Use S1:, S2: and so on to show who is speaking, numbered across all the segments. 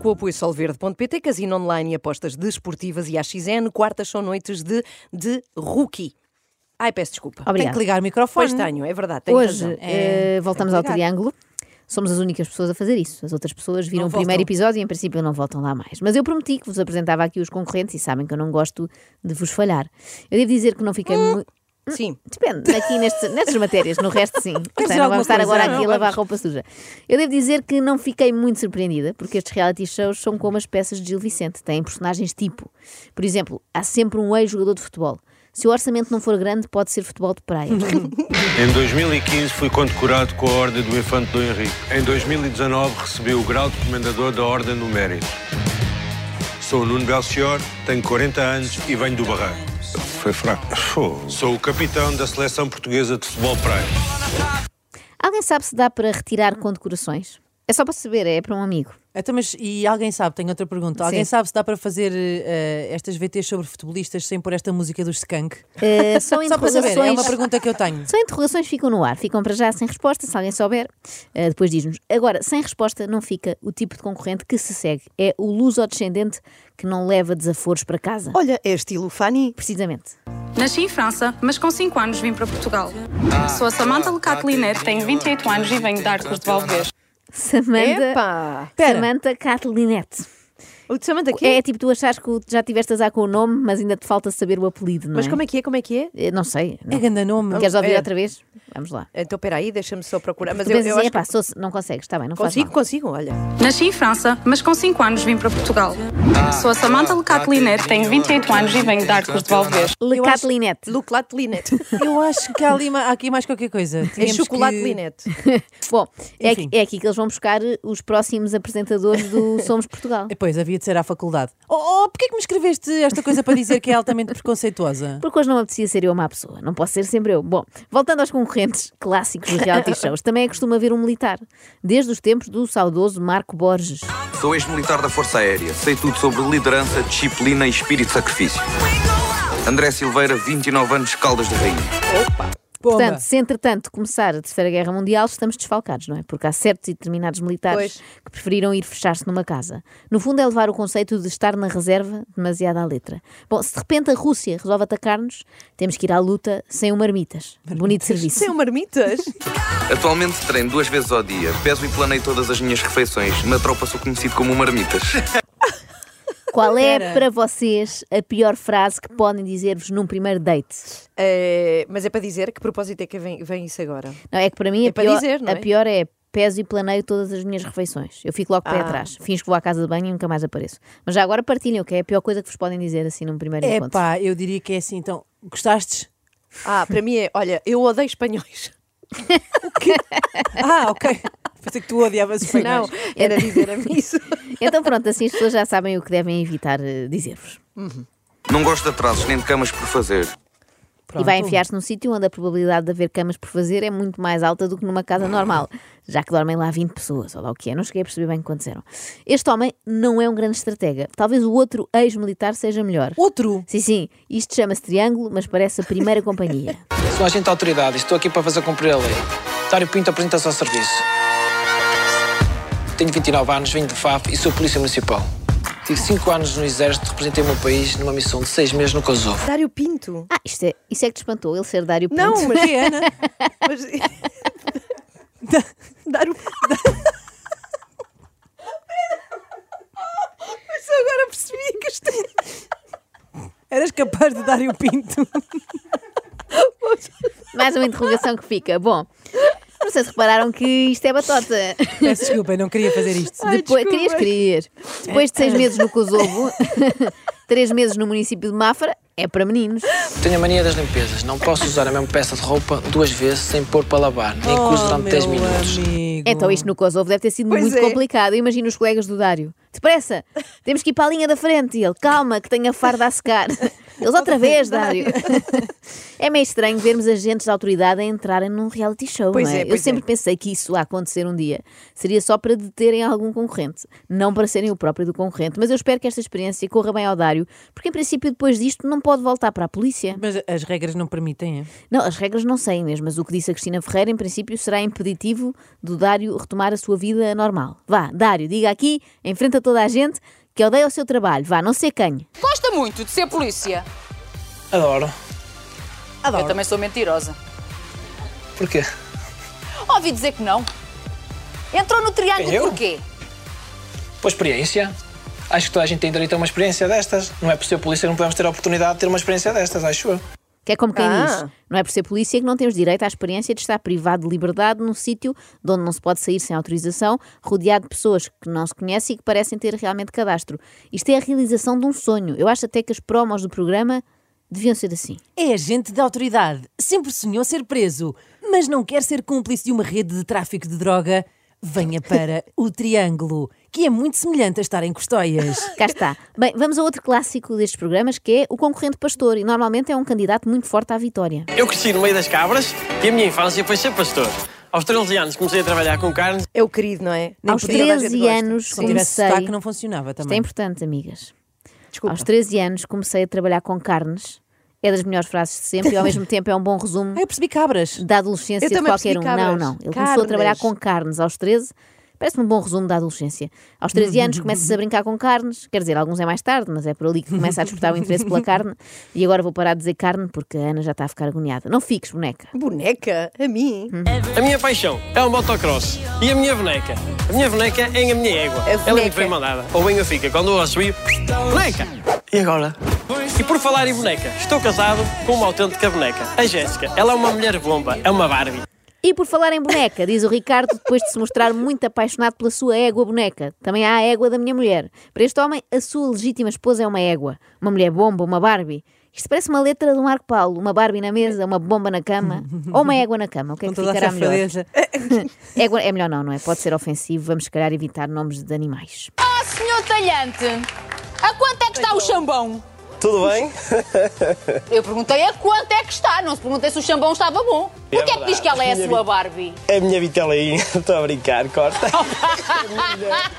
S1: com o apoio solverde.pt, casino online e apostas desportivas e AXN. Quartas são noites de, de rookie. Ai, peço desculpa.
S2: Obrigada.
S3: Tem que ligar o
S1: Pois
S3: microfone.
S1: tenho, é verdade. Tenho
S2: Hoje
S1: razão.
S3: é
S4: É,
S2: eh, voltamos ao
S3: obrigada.
S2: triângulo. Somos as únicas pessoas a fazer isso. As outras pessoas viram
S1: Não
S2: o primeiro
S1: voltam.
S2: episódio e, em princípio, não voltam lá mais. Mas eu prometi que vos apresentava aqui os concorrentes e sabem que eu não gosto de vos falhar. Eu devo dizer que não fiquei
S3: Hum.
S2: muito.
S1: Sim.
S2: Depende, aqui neste- nestas matérias, no resto sim. Portanto,
S3: dizer
S2: não
S3: alguma
S2: vamos estar
S3: coisa?
S2: agora
S3: Não,
S2: aqui a
S3: vamos.
S2: lavar roupa suja. Eu devo dizer que não fiquei muito surpreendida, porque estes reality shows são como as peças de Gil Vicente, têm personagens tipo. Por exemplo, há sempre um ex-jogador de futebol. Se o orçamento não for grande, pode ser futebol de praia.
S5: Em 2015 fui condecorado com a Ordem do Infante Dom Henrique. Em 2019 recebi o grau de Comendador da Ordem do Mérito. Sou o Nuno Belchior, tenho 40 anos e venho do Barranco. Foi fraco. Sou o capitão da Seleção Portuguesa de Futebol Praia.
S2: Alguém sabe se dá para retirar condecorações? É só para saber, é para um amigo.
S3: Então, mas, e alguém sabe, tenho outra pergunta. Alguém sabe se dá para fazer eh, estas VTs sobre futebolistas sem pôr esta música do Skank?
S2: Eh, são
S3: Só para saber, é uma
S2: interrogações.
S3: pergunta que eu tenho.
S2: Só interrogações ficam no ar, ficam para já sem resposta, se alguém souber, eh, depois diz-nos. Agora, sem resposta não fica o tipo de concorrente que se segue, é o luso-descendente que não leva desaforos para casa.
S4: Olha, é estilo Fanny.
S2: Precisamente.
S6: Nasci em França, mas com 5 anos vim para Portugal. Sou a Samantha Lecatelineiro, tenho 28 anos e venho de Arcos de Valvez.
S2: Samanta,
S4: Epá!
S3: Pera.
S2: Samanta Catelinete.
S4: O de Samanta aqui.
S2: É tipo tu achas que já tiveste azar com o nome, mas ainda te falta saber o apelido, não
S4: Mas
S2: é?
S4: como é que é? Como é que é?
S2: Eh, Não sei.
S3: É
S2: Não.
S3: grande nome.
S2: Queres ouvir
S4: é.
S2: outra vez? Vamos lá.
S4: Então, peraí, deixa-me só procurar. Mas
S2: Tu
S4: eu,
S2: pensas
S4: eu
S2: assim,
S4: acho que
S2: "Epá, sou- não consegues, está bem, não faz
S4: consigo,
S2: mal.
S4: consigo, olha.
S6: Nasci em França, mas com 5 anos vim para Portugal. Sou a Samantha Lecatelineiro, tenho 28 anos e venho de Arcos de Valvez.
S2: Lecatelinete.
S4: Luc Latelinette.
S3: Eu acho que há, ali, ma- há aqui mais qualquer coisa.
S4: É
S3: Tínhamos
S4: chocolate
S3: que-
S4: Linette.
S2: Bom, é aqui,
S3: Enfim.
S2: é aqui que eles vão buscar os próximos apresentadores do Somos Portugal.
S3: Depois Eh, havia de ser à faculdade. Oh, oh porquê que me escreveste esta coisa para dizer que é altamente preconceituosa?
S2: Porque hoje não me apetecia ser eu uma má pessoa, não posso ser sempre eu. Bom, voltando aos concorrentes clássicos dos reality shows, também costuma haver um militar, desde os tempos do saudoso Marco Borges.
S7: Sou ex-militar da Força Aérea. Sei tudo sobre liderança, disciplina e espírito de sacrifício. André Silveira, 29 anos, Caldas de Rainha.
S3: Bomba.
S2: Portanto, se entretanto começar a Terceira Guerra Mundial, estamos desfalcados, não é? Porque há certos e determinados militares que preferiram ir fechar-se numa casa. No fundo, é levar o conceito de estar na reserva demasiado à letra. Bom, se de repente a Rússia resolve atacar-nos, temos que ir à luta sem o marmitas. Bonito serviço.
S4: Sem um marmitas.
S7: Atualmente treino duas vezes ao dia. Peso e planei todas as minhas refeições. Na tropa sou conhecido como Marmitas.
S2: Qual é para vocês a pior frase que podem dizer-vos num primeiro date?
S4: É, mas é para dizer que propósito é que vem, vem isso agora.
S2: Não é que para mim a,
S4: É para
S2: pior,
S4: dizer, não
S2: a
S4: é?
S2: pior é peso e planeio todas as minhas refeições. Eu fico logo pé
S4: Ah.
S2: atrás. Fins que vou à casa de banho e nunca mais apareço. Mas já agora partilhem o que é a pior coisa que vos podem dizer assim num primeiro
S3: É
S2: encontro.
S3: pá, eu diria que é assim, então, gostaste?
S4: Ah, para mim é, olha, eu odeio espanhóis.
S3: Ah, ok. Pensei que tu odiavas os
S4: Não,
S3: espanhóis.
S4: era dizer-me isso.
S2: Então pronto, assim as pessoas já sabem o que devem evitar eh, dizer-vos.
S7: Não gosto de atrasos nem de camas por fazer.
S2: E
S3: Pronto.
S2: vai enfiar-se num sítio onde a probabilidade de haver camas por fazer é muito mais alta do que numa casa normal, já que dormem lá 20 pessoas, ou lá o que é, não cheguei a perceber bem o que aconteceram. Este homem não é um grande estratega. Talvez o outro ex-militar seja melhor.
S3: Outro.
S2: Sim, sim, isto chama-se triângulo, mas parece a primeira companhia.
S8: Sou agente de autoridade, estou aqui para fazer cumprir a lei. Dário Pinto apresenta o seu serviço. Tenho 29 anos, venho de FAF e sou polícia municipal. Tive 5 anos no exército, representei o meu país numa missão de 6 meses no Kosovo.
S4: Dário Pinto.
S2: Ah, isto é, isso é que te espantou, ele ser Dário Pinto.
S4: Não, mas.
S3: Ana.
S4: mas...
S3: é.
S4: Dar o. Mas eu agora percebi que isto
S3: é- Eras capaz de dar o pinto.
S2: Mais uma interrogação que fica. Bom, não sei se repararam que isto é batota.
S3: Peço desculpa, eu não queria fazer isto.
S2: Depois, querias, querias. Depois de seis meses no Kosovo, três meses no município de Máfara, é para meninos.
S8: Tenho a mania das limpezas, não posso usar a mesma peça de roupa duas vezes sem pôr para lavar, nem que use
S3: Oh,
S8: durante 10
S3: meu
S8: minutos.
S3: amigo.
S2: Então isto no Kosovo deve ter sido
S4: Pois
S2: muito
S4: é.
S2: complicado. Eu imagino os colegas do Dário. Depressa, temos que ir para a linha da frente. E ele, calma, que tenho a farda a secar. Eles outra vez, Dário. é meio estranho vermos agentes da autoridade a entrarem num reality show,
S1: Pois
S2: não é?
S1: é,
S2: Eu
S1: pois
S2: sempre
S1: é.
S2: pensei que isso a acontecer um dia seria só para deterem algum concorrente, não para serem o próprio do concorrente. Mas eu espero que esta experiência corra bem ao Dário, porque em princípio depois disto não pode voltar para a polícia.
S3: Mas as regras não permitem, é?
S2: Não, as regras não saem mesmo, mas o que disse a Cristina Ferreira, em princípio, será impeditivo do Dário retomar a sua vida normal. Vá, Dário, diga aqui, em frente a toda a gente, que odeia o seu trabalho. Vá, não se acanhe.
S9: Gosta muito de ser polícia.
S8: Adoro.
S9: Eu também sou mentirosa.
S8: Porquê?
S9: Ouvi dizer que não. Entrou no triângulo
S8: Eu?
S9: porquê?
S8: Por experiência. Acho que toda a gente tem direito a uma experiência destas. Não é por ser polícia não podemos ter a oportunidade de ter uma experiência destas, acho eu.
S2: Que é como quem
S1: Ah.
S2: diz, não é por ser polícia que não temos direito à experiência de estar privado de liberdade num sítio de onde não se pode sair sem autorização, rodeado de pessoas que não se conhecem e que parecem ter realmente cadastro. Isto é a realização de um sonho. Eu acho até que as promos do programa deviam ser assim.
S3: É agente da autoridade. Sempre sonhou ser preso, mas não quer ser cúmplice de uma rede de tráfico de droga. Venha para o Triângulo, que é muito semelhante a estar em Custóias.
S2: Cá está. Bem, vamos a outro clássico destes programas que é o concorrente pastor e normalmente é um candidato muito forte à vitória.
S10: Eu cresci no meio das cabras e a minha infância foi ser pastor. Aos 13 anos comecei a trabalhar com carne
S1: É o querido, não é?
S3: Nem
S1: Aos
S3: podia.
S1: 13
S2: 13 anos
S3: Se não tivesse
S2: comecei.
S3: sotaque, não funcionava
S2: Isto é
S3: também.
S2: importante, amigas.
S1: Desculpa.
S2: Aos 13 anos comecei a trabalhar com carnes. É das melhores frases de sempre e ao mesmo tempo é um bom resumo
S3: Ah, eu percebi cabras.
S2: da adolescência
S1: Eu
S2: de
S1: também
S2: qualquer um.
S1: percebi
S2: Não,
S1: cabras.
S2: não. Ele começou a
S1: Carnes.
S2: trabalhar com carnes aos 13. Parece-me um bom resumo da adolescência. Aos 13
S1: Uhum.
S2: anos começas a brincar com carnes, quer dizer, alguns é mais tarde, mas é por ali que começa a despertar o interesse pela carne. E agora vou parar de dizer carne porque a Ana já está a ficar agoniada. Não fiques, boneca.
S1: Boneca? A mim?
S2: Hum.
S10: A minha paixão é o motocross e a minha boneca. A minha boneca é a minha égua. Ela me foi mandada. Ou bem eu fica quando eu a subi. Boneca! E agora? E por falar em boneca, estou casado com uma autêntica boneca, a Jéssica. Ela é uma mulher bomba, é uma Barbie.
S2: E por falar em boneca, diz o Ricardo, depois de se mostrar muito apaixonado pela sua égua boneca. Também há a égua da minha mulher. Para este homem, a sua legítima esposa é uma égua. Uma mulher bomba, uma Barbie. Isto parece uma letra do Marco Paulo. Uma Barbie na mesa, uma bomba na cama. Ou uma égua na cama. O que é
S3: Com
S2: que
S3: toda a
S2: ficará melhor?
S3: safadeza.
S2: Égua é melhor não, não é? Pode ser ofensivo. Vamos, se calhar, evitar nomes de animais.
S9: Ah, senhor talhante, a quanto é que está o chambão?
S10: Tudo bem?
S9: Eu perguntei a quanto é que está, não se perguntei se o chambão estava bom. Por que é que diz que ela é a sua Barbie?
S10: É a minha vitelinha. Estou a brincar, corta.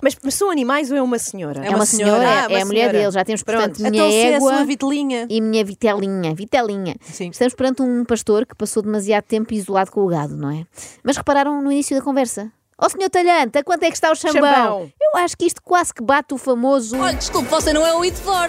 S1: Mas, mas são animais ou é uma senhora?
S2: É uma, senhora,
S3: Ah,
S2: é a mulher dele. Já temos, portanto, minha
S3: então, se é a
S2: égua.
S3: sua vitelinha.
S2: E minha vitelinha, vitelinha.
S3: Sim.
S2: Estamos perante um pastor que passou demasiado tempo isolado com o gado, não é? Mas repararam no início da conversa. Ó senhor Talhante, a quanto é que está o chambão?
S1: Chambão.
S2: Eu acho que isto quase que bate o famoso.
S9: desculpe, você não é o Idor.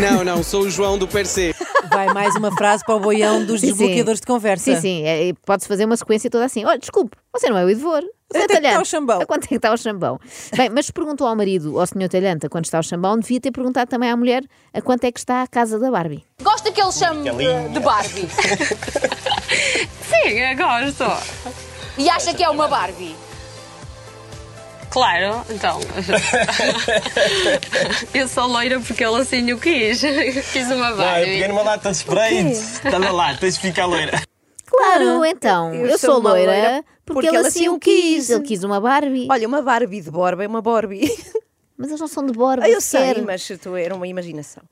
S10: Não, não, sou o João do Percê.
S3: Vai mais uma frase para o boião dos
S2: Sim, sim.
S3: desbloqueadores de conversa.
S2: Sim, sim, é, e pode-se fazer uma sequência toda assim. Olha, desculpe, você não é o Idvor. O senhor
S3: Até que está
S2: Talhante,
S3: o chambão.
S2: A quanto é que está o chambão? Bem, mas se perguntou ao marido, ao senhor Talhante, a quanto está o chambão, devia ter perguntado também à mulher a quanto é que está a casa da Barbie.
S9: Gosta que ele chame de, de Barbie
S6: Sim, eu gosto.
S9: e acha que é uma Barbie?
S6: Claro, então. eu sou loira porque ele assim o quis. Quis uma
S8: é
S6: Barbie.
S10: numa lata de spray. Está na lata, tens de ficar loira.
S2: Claro,
S1: Ah,
S2: então, eu, sou
S1: uma
S2: loira,
S1: loira
S2: porque, ele assim o quis. Ele quis uma Barbie.
S1: Olha, uma Barbie de Borba é uma Barbie.
S2: Mas eles não são de Borba.
S1: Ah, eu
S2: sequer.
S1: sei, mas tu era uma imaginação.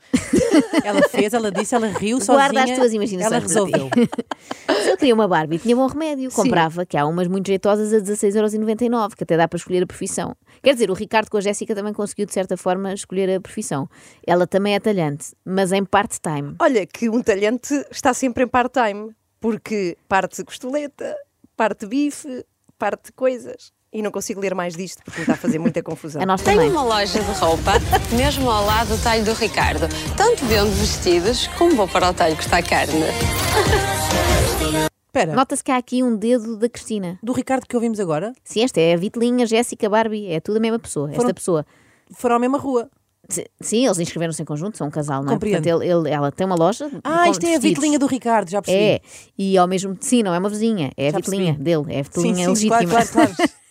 S3: Ela fez, ela disse, ela riu sozinha.
S2: Guarda as tuas imaginações
S3: Ela
S2: para ti.
S3: resolveu.
S2: Se eu queria uma Barbie, tinha bom remédio. Comprava, que há umas muito jeitosas a 16,99€, que até dá para escolher a profissão. Quer dizer, o Ricardo com a Jéssica também conseguiu, de certa forma, escolher a profissão. Ela também é talhante, mas em part-time.
S1: Olha, que um talhante está sempre em part-time, porque parte costeleta, parte bife, parte coisas. E não consigo ler mais disto porque me está a fazer muita confusão.
S2: A nós
S6: Tenho
S2: também.
S6: uma loja de roupa, mesmo ao lado do talho do Ricardo. Tanto vendo vestidos como vou para o talho cortar Tá carne.
S3: Espera,
S2: Nota-se que há aqui um dedo da Cristina.
S3: do Ricardo que ouvimos agora,
S2: Sim, esta é a Vitelinha, Jéssica, Barbie, é tudo a mesma pessoa. Esta
S3: Foram-
S2: pessoa.
S3: foram à mesma rua.
S2: Se- Sim, eles inscreveram-se em conjunto, são um casal, não é?
S3: Compreendo.
S2: Portanto, ele- ele- ela tem uma loja. de-
S3: Ah,
S2: com
S3: isto é a
S2: vestidos.
S3: vitelinha do Ricardo, já percebi.
S2: É, e ao mesmo sim, não é uma vizinha, é a
S3: Já percebi.
S2: vitelinha dele, é a
S3: Sim,
S2: vitelinha
S3: sim,
S2: legítima.
S3: claro, um claro, claro.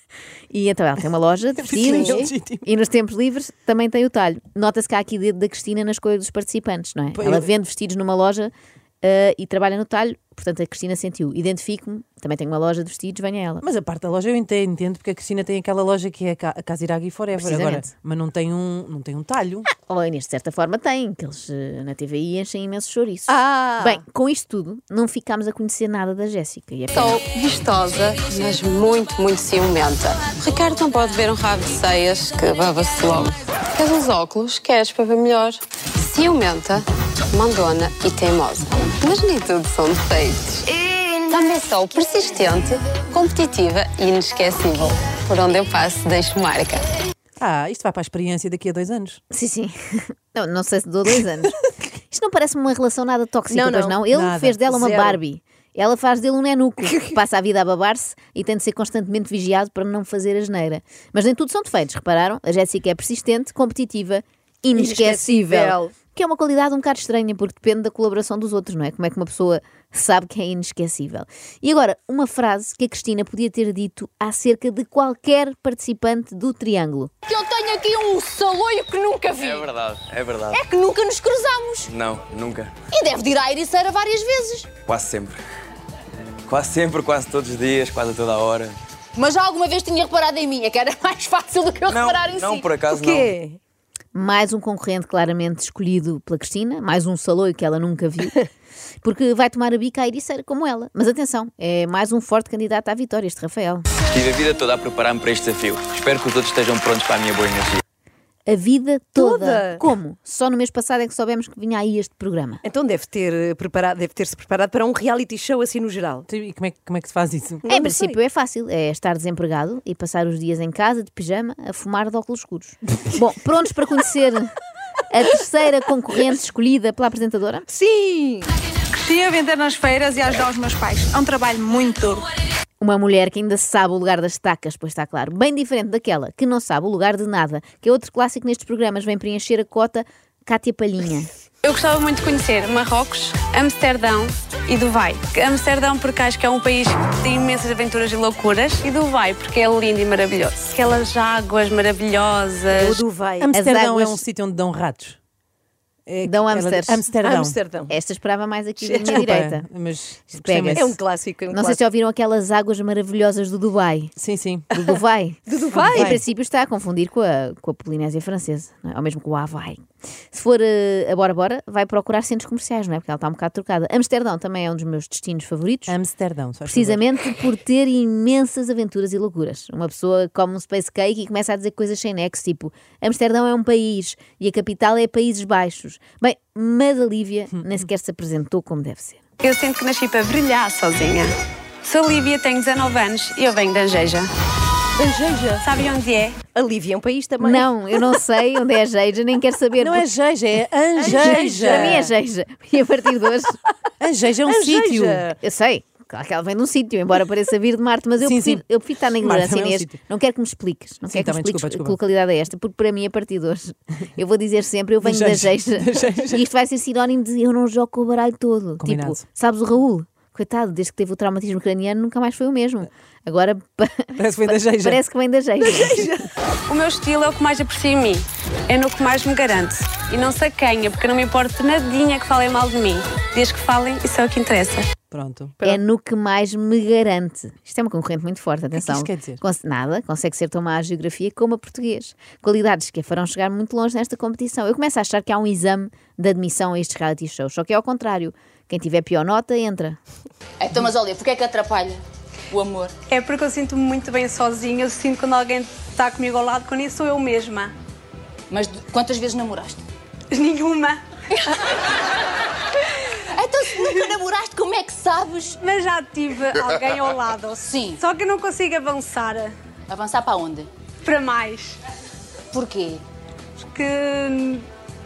S2: E então ela tem uma loja de
S3: Vitelinha
S2: vestidos
S3: legítima.
S2: e nos tempos livres também tem o talho. Nota-se que há aqui dedo da Cristina na escolha dos participantes, não é?
S3: Pois.
S2: Ela vende vestidos numa loja eh, e trabalha no talho. Portanto, a Cristina sentiu. Identifico-me, também tenho uma loja de vestidos, venha ela.
S3: Mas a parte da loja eu ente- entendo, porque a Cristina tem aquela loja que é a Ca- a Casa Iragui Forever agora,
S2: Precisamente.
S3: mas não tem um, não tem um talho.
S2: Ou Oh, Inês, de certa forma, tem, que eles eh, na TVI enchem imensos chouriços.
S11: Ah!
S2: Bem, com isto tudo, não ficámos a conhecer nada da Jéssica. E é pena.
S11: Estou vistosa, mas muito, muito ciumenta. Ricardo não pode ver um rabo de ceias que baba-se logo. Queres uns óculos? Queres para ver melhor? Ciumenta, mandona e teimosa. Mas nem tudo são defeitos. Também sou persistente, competitiva e inesquecível. Por onde eu passo, deixo marca.
S3: Ah, isto vai para a experiência daqui a dois anos.
S2: Sim, sim. Não, não sei se dou dois anos. Isto não parece uma relação nada tóxica,
S3: Não,
S2: pois
S3: não,
S2: não? Ele
S3: nada.
S2: fez dela uma
S3: Zero.
S2: Barbie. Ela faz dele um nenuco, que passa a vida a babar-se e tem de ser constantemente vigiado para não fazer asneira. Mas nem tudo são defeitos, repararam? A Jéssica é persistente, competitiva, inesquecível.
S1: Inesquecível.
S2: Que é uma qualidade um bocado estranha, porque depende da colaboração dos outros, não é? Como é que uma pessoa sabe que é inesquecível. E agora, uma frase que a Cristina podia ter dito acerca de qualquer participante do Triângulo.
S9: Que eu tenho aqui um saloio que nunca vi.
S12: É verdade, é verdade.
S9: É que nunca nos cruzamos.
S12: Não, nunca.
S9: E deve de ir à Ericeira várias vezes.
S12: Quase sempre. Quase sempre, quase todos os dias, quase a toda a hora.
S9: Mas já alguma vez tinha reparado em mim, é que era mais fácil do que eu reparar em si.
S12: acaso
S2: Mais um concorrente claramente escolhido pela Cristina, mais um saloio que ela nunca viu, porque vai tomar a bica à ericeira como ela. Mas atenção, é mais um forte candidato à vitória, este Rafael.
S12: Estive a vida toda a preparar-me para este desafio. Espero que os outros estejam prontos para a minha boa energia.
S2: A vida toda.
S1: Toda?
S2: Como? Só no mês passado é que soubemos que vinha aí este programa.
S1: Então deve ter eh, preparado, deve ter se preparado para um reality show assim no geral.
S3: E como é, como é que se faz isso?
S2: em princípio é fácil, é estar desempregado e passar os dias em casa de pijama a fumar de óculos escuros. Bom, prontos para conhecer a terceira concorrente escolhida pela apresentadora?
S1: Sim!
S6: Cresci a vender nas feiras e a ajudar os meus pais. É um trabalho muito duro.
S2: Uma mulher que ainda sabe o lugar das tacas, pois está claro, bem diferente daquela que não sabe o lugar de nada, que é outro clássico nestes programas, vem preencher a cota Cátia Palhinha.
S6: Eu gostava muito de conhecer Marrocos, Amsterdão e Dubai. Amsterdão porque acho que é um país que tem imensas aventuras e loucuras e Dubai porque é lindo e maravilhoso. Aquelas águas maravilhosas.
S1: O Dubai.
S3: Amsterdão é um sítio onde dão ratos. É
S2: Dão
S3: aquela-
S2: Amsterdão.
S3: Amsterdão.
S2: Esta esperava mais aqui da minha
S3: Desculpa,
S2: direita.
S3: Mas
S2: Pega-se. É um
S3: gostei imenso.
S1: É um clássico.
S2: Não sei se já ouviram aquelas águas maravilhosas do Dubai.
S3: Sim, sim.
S2: Do Dubai.
S1: Do Dubai?
S2: Em princípio está a confundir com a, com a Polinésia Francesa, não é? ou mesmo com o Havaí. Se for eh, a Bora Bora, vai procurar centros comerciais, não é? Porque ela está um bocado trocada. Amsterdão também é um dos meus destinos favoritos.
S3: Amsterdão, só
S2: Precisamente por ter imensas aventuras e loucuras. Uma pessoa come um space cake e começa a dizer coisas sem nexo, tipo Amsterdão é um país e a capital é Países Baixos. Bem, mas a Lívia nem sequer se apresentou como deve ser.
S6: Eu sinto que nasci para brilhar sozinha. Sou Lívia, tenho 19 anos e eu venho de Angeja.
S1: Angeja?
S6: Sabe onde é?
S1: A Lívia é um país também.
S2: Não, eu não sei onde é a Geija, nem quero saber.
S3: Não é Geija, é Angeja.
S2: Angeja. Para mim é Geija. E a partir de hoje.
S3: Angeja é um Angeja. sítio.
S2: Eu sei. Claro que ela vem de um sítio, embora pareça vir de Marte, mas eu,
S3: Sim,
S2: prefiro,
S3: sim.
S2: eu prefiro estar na
S3: Marte
S2: ignorância,
S3: também é um
S2: Inês.
S3: sítio.
S2: não quero que me expliques. Não
S3: Sim,
S2: quero que
S3: tá
S2: me
S3: bem,
S2: expliques
S3: desculpa, desculpa.
S2: que localidade é esta, porque para mim, a partir de hoje, eu vou dizer sempre: eu venho
S3: Da
S2: da
S3: Geija.
S2: Geija. E isto vai ser sinónimo de eu não jogo com o baralho todo.
S3: Combinado.
S2: Tipo, sabes o Raul? Coitado, desde que teve o traumatismo craniano, nunca mais foi o mesmo. Agora pa-
S3: Parece que vem da Geija.
S2: parece que vem da Geija.
S6: O meu estilo é o que mais aprecio em mim. É no que mais me garanto. E não sacanha, porque não me importa nadinha que falem mal de mim. Desde que falem, isso é o que interessa.
S3: Pronto.
S2: É no que mais me garante. Isto é uma concorrente muito forte, atenção.
S3: isso quer dizer?
S2: Conse- nada, consegue ser tão má à geografia como a português. Qualidades que a farão chegar muito longe nesta competição. Eu começo a achar que há um exame de admissão a estes reality shows, só que é ao contrário. Quem tiver pior nota, entra.
S9: Então, mas olha, porque é que atrapalha o amor?
S6: É porque eu sinto-me muito bem sozinha. Eu sinto quando alguém está comigo ao lado, quando eu sou eu mesma.
S9: Mas quantas vezes namoraste?
S6: Nenhuma.
S9: Então, se nunca namoraste, como é que sabes?
S6: Mas já tive alguém ao lado.
S9: Sim.
S6: Só que eu não consigo avançar
S9: Avançar para onde?
S6: para mais.
S9: Porquê?
S6: Porque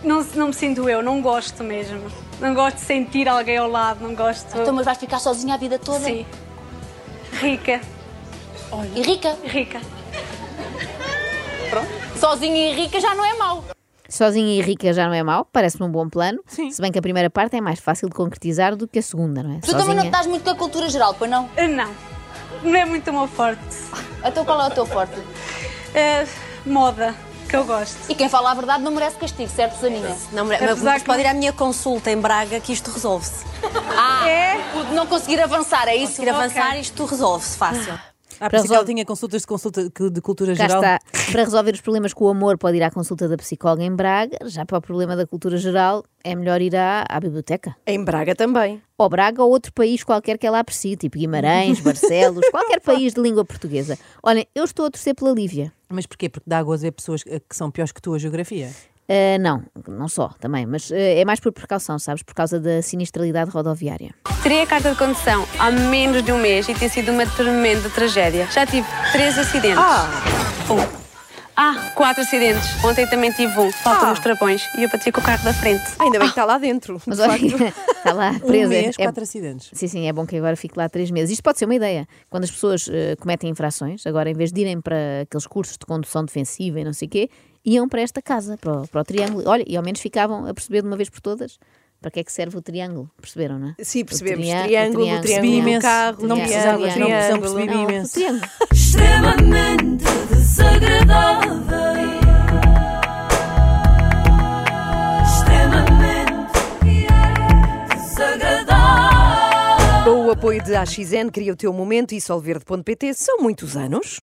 S6: não, não me sinto eu, não gosto mesmo. Não gosto de sentir alguém ao lado, não gosto.
S9: Então, mas vais ficar sozinha a vida toda?
S6: Sim. Rica.
S9: E rica?
S6: Rica.
S9: Sozinha e rica já não é mau.
S2: Sozinha e rica já não é mau, parece-me um bom plano. Se bem que a primeira parte é mais fácil de concretizar do que a segunda, não é?
S9: Tu também não
S2: Sozinha-
S9: estás muito com a cultura geral, pois não?
S6: Eh, Não. Não é muito o meu forte.
S9: Então qual é o teu forte?
S6: É, moda. que eu gosto.
S9: E quem fala a verdade não merece castigo, certo, Zaninha?
S13: Não, mere- mas mas pode ir à minha consulta em Braga que isto resolve-se.
S9: Ah,
S6: É?
S9: por não conseguir avançar, é isso?
S13: Conseguir avançar, isto resolve-se fácil.
S3: Ah, por isso que ela tinha consultas de, consulta, que- de cultura
S2: Cá
S3: geral.
S2: está. Para resolver os problemas com o amor, pode ir à consulta da psicóloga em Braga. Já para o problema da cultura geral, é melhor ir à, à biblioteca.
S1: Em Braga também.
S2: Ou Braga ou outro país qualquer que ela aprecie, tipo Guimarães, Barcelos, qualquer país de língua portuguesa. Olhem, eu estou a torcer pela Lívia.
S3: Mas porquê? Porque dá gozo ver pessoas que que são piores que tu a geografia.
S2: Ah, não, não só, também, mas ah, é mais por precaução, sabes? Por causa da sinistralidade rodoviária.
S6: Tirei a carta de condução há menos de um mês e tem sido uma tremenda tragédia. Já tive três acidentes. Ah! Um. Ah, quatro acidentes. Ontem também tive um.
S13: Ah.
S6: Faltam os travões e eu bati com o carro da frente.
S1: Ainda bem que está lá dentro.
S2: Mas olha, está lá presa.
S3: um
S2: É
S3: mês, quatro acidentes.
S2: Sim, sim, é bom que agora fique lá três meses. Isto pode ser uma ideia. Quando as pessoas eh, cometem infrações, agora em vez de irem para aqueles cursos de condução defensiva e não sei o quê, iam para esta casa, para o, para o triângulo. Olha, e ao menos ficavam a perceber de uma vez por todas para que é que serve o triângulo. Perceberam, não é?
S1: Sim,
S2: O
S1: percebemos.
S2: trian-
S1: Triângulo,
S2: o
S1: triângulo,
S2: o
S1: imenso. Não precisava, não
S2: o
S1: precisava,
S2: triângulo.
S1: percebi
S2: Não,
S1: imenso.
S2: O triângulo.
S14: Extremamente desagradável. Extremamente desagradável.
S1: Com o apoio de AXN, cria o teu momento e solverde.pt são muitos anos.